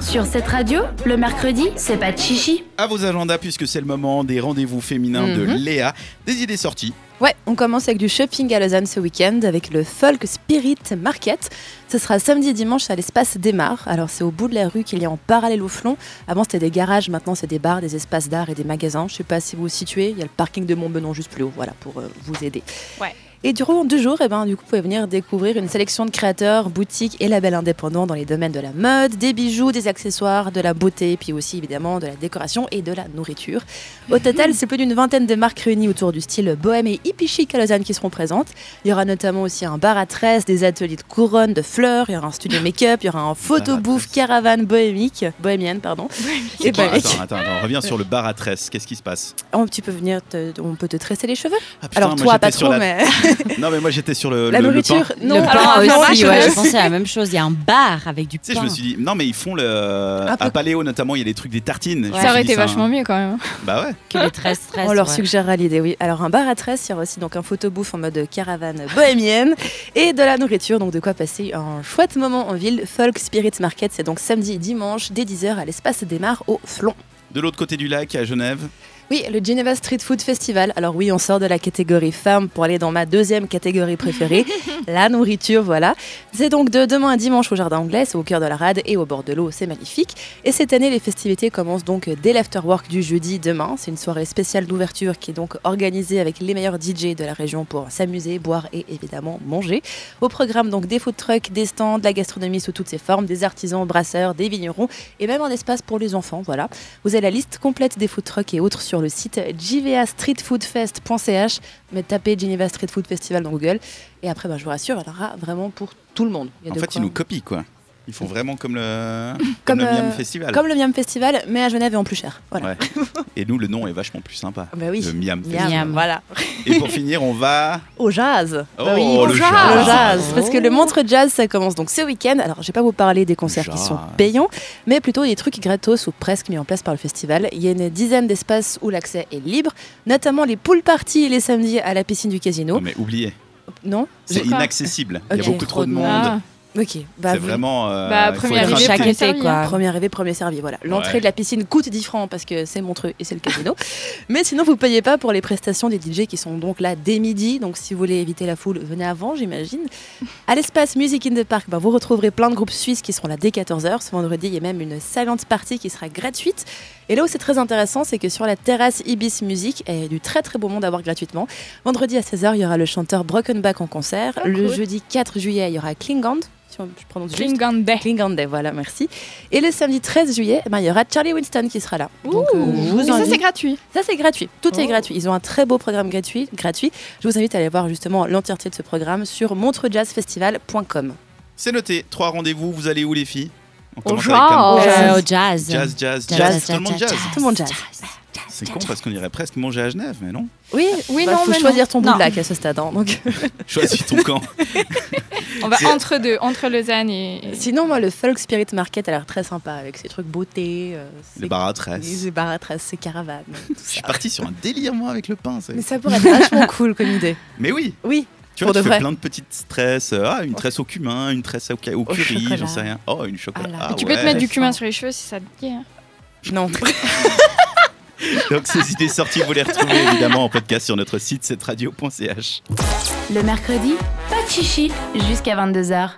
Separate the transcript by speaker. Speaker 1: Sur cette radio, le mercredi, c'est pas de chichi.
Speaker 2: À vos agendas, puisque c'est le moment des rendez-vous féminins de
Speaker 3: Mhm.
Speaker 2: Léa, des idées sorties.
Speaker 3: Ouais, on commence avec du shopping à Lausanne ce week-end avec le Folk Spirit Market. Ce sera samedi et dimanche à l'espace Démarre. Alors c'est au bout de la rue qu'il y a en parallèle au flon. Avant c'était des garages, maintenant c'est des bars, des espaces d'art et des magasins. Je sais pas si vous vous situez, il y a le parking de Montbenon juste plus haut, voilà, pour euh, vous aider.
Speaker 4: Ouais.
Speaker 3: Et durant deux jours, eh ben, du coup, vous pouvez venir découvrir une sélection de créateurs, boutiques et labels indépendants dans les domaines de la mode, des bijoux, des accessoires, de la beauté, puis aussi évidemment de la décoration et de la nourriture. Au total, c'est plus d'une vingtaine de marques réunies autour du style bohème et hippie chic à Lausanne qui seront présentes. Il y aura notamment aussi un bar à tresses, des ateliers de couronne, de fleurs, il y aura un studio make-up, il y aura un
Speaker 2: Bar à
Speaker 3: photobouffe
Speaker 2: tresses.
Speaker 3: caravane bohémique, bohémienne, pardon. Et
Speaker 2: Attends,
Speaker 3: bah, mec,
Speaker 2: attends, attends, attends, reviens sur le bar à tresses. Qu'est-ce qui se passe
Speaker 3: on- tu peux venir, te- on peut te tresser les cheveux.
Speaker 2: Ah, putain,
Speaker 3: Alors
Speaker 2: moi,
Speaker 3: toi,
Speaker 2: j'étais
Speaker 3: pas
Speaker 2: sur la-
Speaker 3: trop, mais
Speaker 2: Non, mais moi j'étais sur le,
Speaker 3: la
Speaker 2: le- le pain.
Speaker 3: nourriture, non.
Speaker 4: Le Alors, pain à Florent,
Speaker 5: aussi,
Speaker 4: je-
Speaker 5: ouais, j'ai pensé à la même chose. Il y a un bar avec du
Speaker 2: Tu sais,
Speaker 5: pain.
Speaker 2: je me suis dit, non, mais ils font le.
Speaker 3: peu-
Speaker 2: À Paléo, notamment, il y a des trucs des tartines. Je me
Speaker 4: Ça aurait
Speaker 2: suis dit,
Speaker 4: été
Speaker 2: un-
Speaker 4: vachement mieux quand même.
Speaker 2: Bah ouais.
Speaker 5: que les 13 stress.
Speaker 3: On leur
Speaker 5: ouais.
Speaker 3: suggérera l'idée, oui. Alors un bar à tresses, il y aura aussi donc un photobouffe en mode caravane bohémienne et de la nourriture, donc de quoi passer un chouette moment en ville. Folk Spirit Market, c'est donc samedi et dimanche dès 10h à l'espace Démarre au Flon.
Speaker 2: De l'autre côté du lac, à Genève.
Speaker 3: Oui, le Geneva Street Food Festival. Alors oui, on sort de la catégorie femmes pour aller dans ma deuxième catégorie préférée, la nourriture, voilà. C'est donc de demain à dimanche au Jardin Anglais, c'est au cœur de la rade et au bord de l'eau, c'est magnifique. Et cette année, les festivités commencent donc dès l'afterwork du jeudi demain. C'est une soirée spéciale d'ouverture qui est donc organisée avec les meilleurs DJ de la région pour s'amuser, boire et évidemment manger. Au programme donc des food trucks, des stands, de la gastronomie sous toutes ses formes, des artisans, brasseurs, des vignerons et même un espace pour les enfants, voilà. Vous avez la liste complète des food trucks et autres sur le site jvastreetfoodfest.ch. Mais tapez Geneva Street Food Festival dans Google. Et après, ben, je vous rassure, il y en aura vraiment pour tout le monde. Il y a
Speaker 2: En
Speaker 3: de
Speaker 2: fait,
Speaker 3: quoi-
Speaker 2: ils nous copient, quoi. Ils font vraiment comme le.
Speaker 3: Comme,
Speaker 2: le Miam
Speaker 3: euh,
Speaker 2: Festival.
Speaker 3: Comme le Miam Festival, mais à Genève et en plus cher. Voilà.
Speaker 2: Ouais. Et nous, le nom est vachement plus sympa.
Speaker 3: Ah Bah oui.
Speaker 2: Le Miam.
Speaker 3: Miam,
Speaker 5: Miam.
Speaker 3: voilà.
Speaker 2: Et pour finir, on va.
Speaker 3: Au jazz.
Speaker 2: Oh,
Speaker 3: Bah oui.
Speaker 2: le
Speaker 4: au
Speaker 2: jazz.
Speaker 3: Le
Speaker 4: Ah.
Speaker 3: jazz,
Speaker 5: Oh.
Speaker 3: parce que le montre jazz, ça commence donc ce week-end. Alors, je vais pas vous parler des concerts qui sont
Speaker 2: Jazz.
Speaker 3: payants, mais plutôt des trucs gratos ou presque mis en place par le festival. Il y a une dizaine d'espaces où l'accès est libre, notamment les pool parties les samedis à la piscine du
Speaker 2: Non,
Speaker 3: casino.
Speaker 2: mais oubliez,
Speaker 3: Non
Speaker 2: c'est
Speaker 4: C'est quoi
Speaker 2: inaccessible. Il y
Speaker 3: Ok.
Speaker 2: a beaucoup trop de monde.
Speaker 4: Ah,
Speaker 3: Ok. Bah,
Speaker 2: c'est
Speaker 3: vous-
Speaker 2: vraiment. euh,
Speaker 4: Bah,
Speaker 2: il faut
Speaker 4: premier
Speaker 2: être
Speaker 4: arrivé,
Speaker 2: un
Speaker 5: Chaque
Speaker 4: premier
Speaker 2: petit-
Speaker 5: été,
Speaker 4: servi,
Speaker 5: quoi.
Speaker 3: Premier arrivé, premier servi, voilà. L'entrée
Speaker 2: Ouais.
Speaker 3: de la piscine coûte 10 francs parce que c'est Montreux et c'est le casino. Mais sinon, vous payez pas pour les prestations des DJ qui sont donc là dès midi. Donc, si vous voulez éviter la foule, venez avant, j'imagine. À l'espace Music in the Park, bah, vous retrouverez plein de groupes suisses qui seront là dès 14h. Ce vendredi, il y a même une savante partie qui sera gratuite. Et là où c'est très intéressant, c'est que sur la terrasse Ibis Music, il y a du très très beau monde à voir gratuitement. Vendredi à 16h, il y aura le chanteur Brokenback en concert.
Speaker 4: Ah,
Speaker 3: le
Speaker 4: cool.
Speaker 3: jeudi 4 juillet, il y aura Klingand. Si on- je prononce juste.
Speaker 4: Klingande.
Speaker 3: Klingande, voilà, merci. Et le samedi 13 juillet, eh ben, il y aura Charlie Winston qui sera là. Donc, euh, je vous
Speaker 4: Mais ça,
Speaker 3: invite-
Speaker 4: c'est gratuit.
Speaker 3: ça, c'est gratuit. Tout est
Speaker 5: Oh.
Speaker 3: gratuit. Ils ont un très beau programme gratuit. gratuit. Je vous invite à aller voir justement l'entièreté de ce programme sur montrejazzfestival.com.
Speaker 2: C'est noté. Trois rendez-vous. Vous allez où, les filles On
Speaker 4: Au
Speaker 2: avec
Speaker 4: jazz.
Speaker 2: un-
Speaker 5: Au
Speaker 4: Euh,
Speaker 5: jazz.
Speaker 2: Jazz, jazz,
Speaker 5: Jazz,
Speaker 2: jazz. Tout le monde jazz.
Speaker 3: Tout le monde jazz.
Speaker 2: C'est con parce qu'on irait presque manger à Genève, mais non.
Speaker 3: Oui,
Speaker 4: oui,
Speaker 3: bah,
Speaker 4: non,
Speaker 3: faut
Speaker 4: mais
Speaker 3: choisir ton bout
Speaker 5: Non.
Speaker 3: de lac à ce stade. hein, donc.
Speaker 2: Choisis ton camp.
Speaker 4: On va
Speaker 2: C'est-
Speaker 4: entre deux, entre Lausanne et. et-
Speaker 3: Sinon, moi, le Folk Spirit Market a l'air très sympa avec ses trucs beauté, euh,
Speaker 2: Les
Speaker 3: ses-
Speaker 2: bars à tresses.
Speaker 3: les bars à tresses, ses caravanes, tout
Speaker 2: Je suis
Speaker 3: ça.
Speaker 2: parti sur un délire, moi, avec le pain. c'est-
Speaker 3: Mais ça pourrait être vachement cool comme idée.
Speaker 2: Mais oui,
Speaker 3: Oui,
Speaker 2: tu
Speaker 3: Pour
Speaker 2: vois,
Speaker 3: de
Speaker 2: tu
Speaker 3: vrai.
Speaker 2: fais plein de petites tresses. Euh, Ah, une tresse au cumin, une tresse au, ca- au curry,
Speaker 5: chocolat.
Speaker 2: j'en sais rien. Oh, une chocolat.
Speaker 3: Ah là.
Speaker 2: Ah,
Speaker 3: Mais
Speaker 4: Tu
Speaker 2: ouais.
Speaker 4: peux te mettre du cumin sur les cheveux si ça te dit. hein.
Speaker 3: non.
Speaker 2: Donc, ces idées sorties, vous les retrouvez évidemment en podcast sur notre site, cette radio.ch.
Speaker 1: Le mercredi, pas de chichi jusqu'à 22h.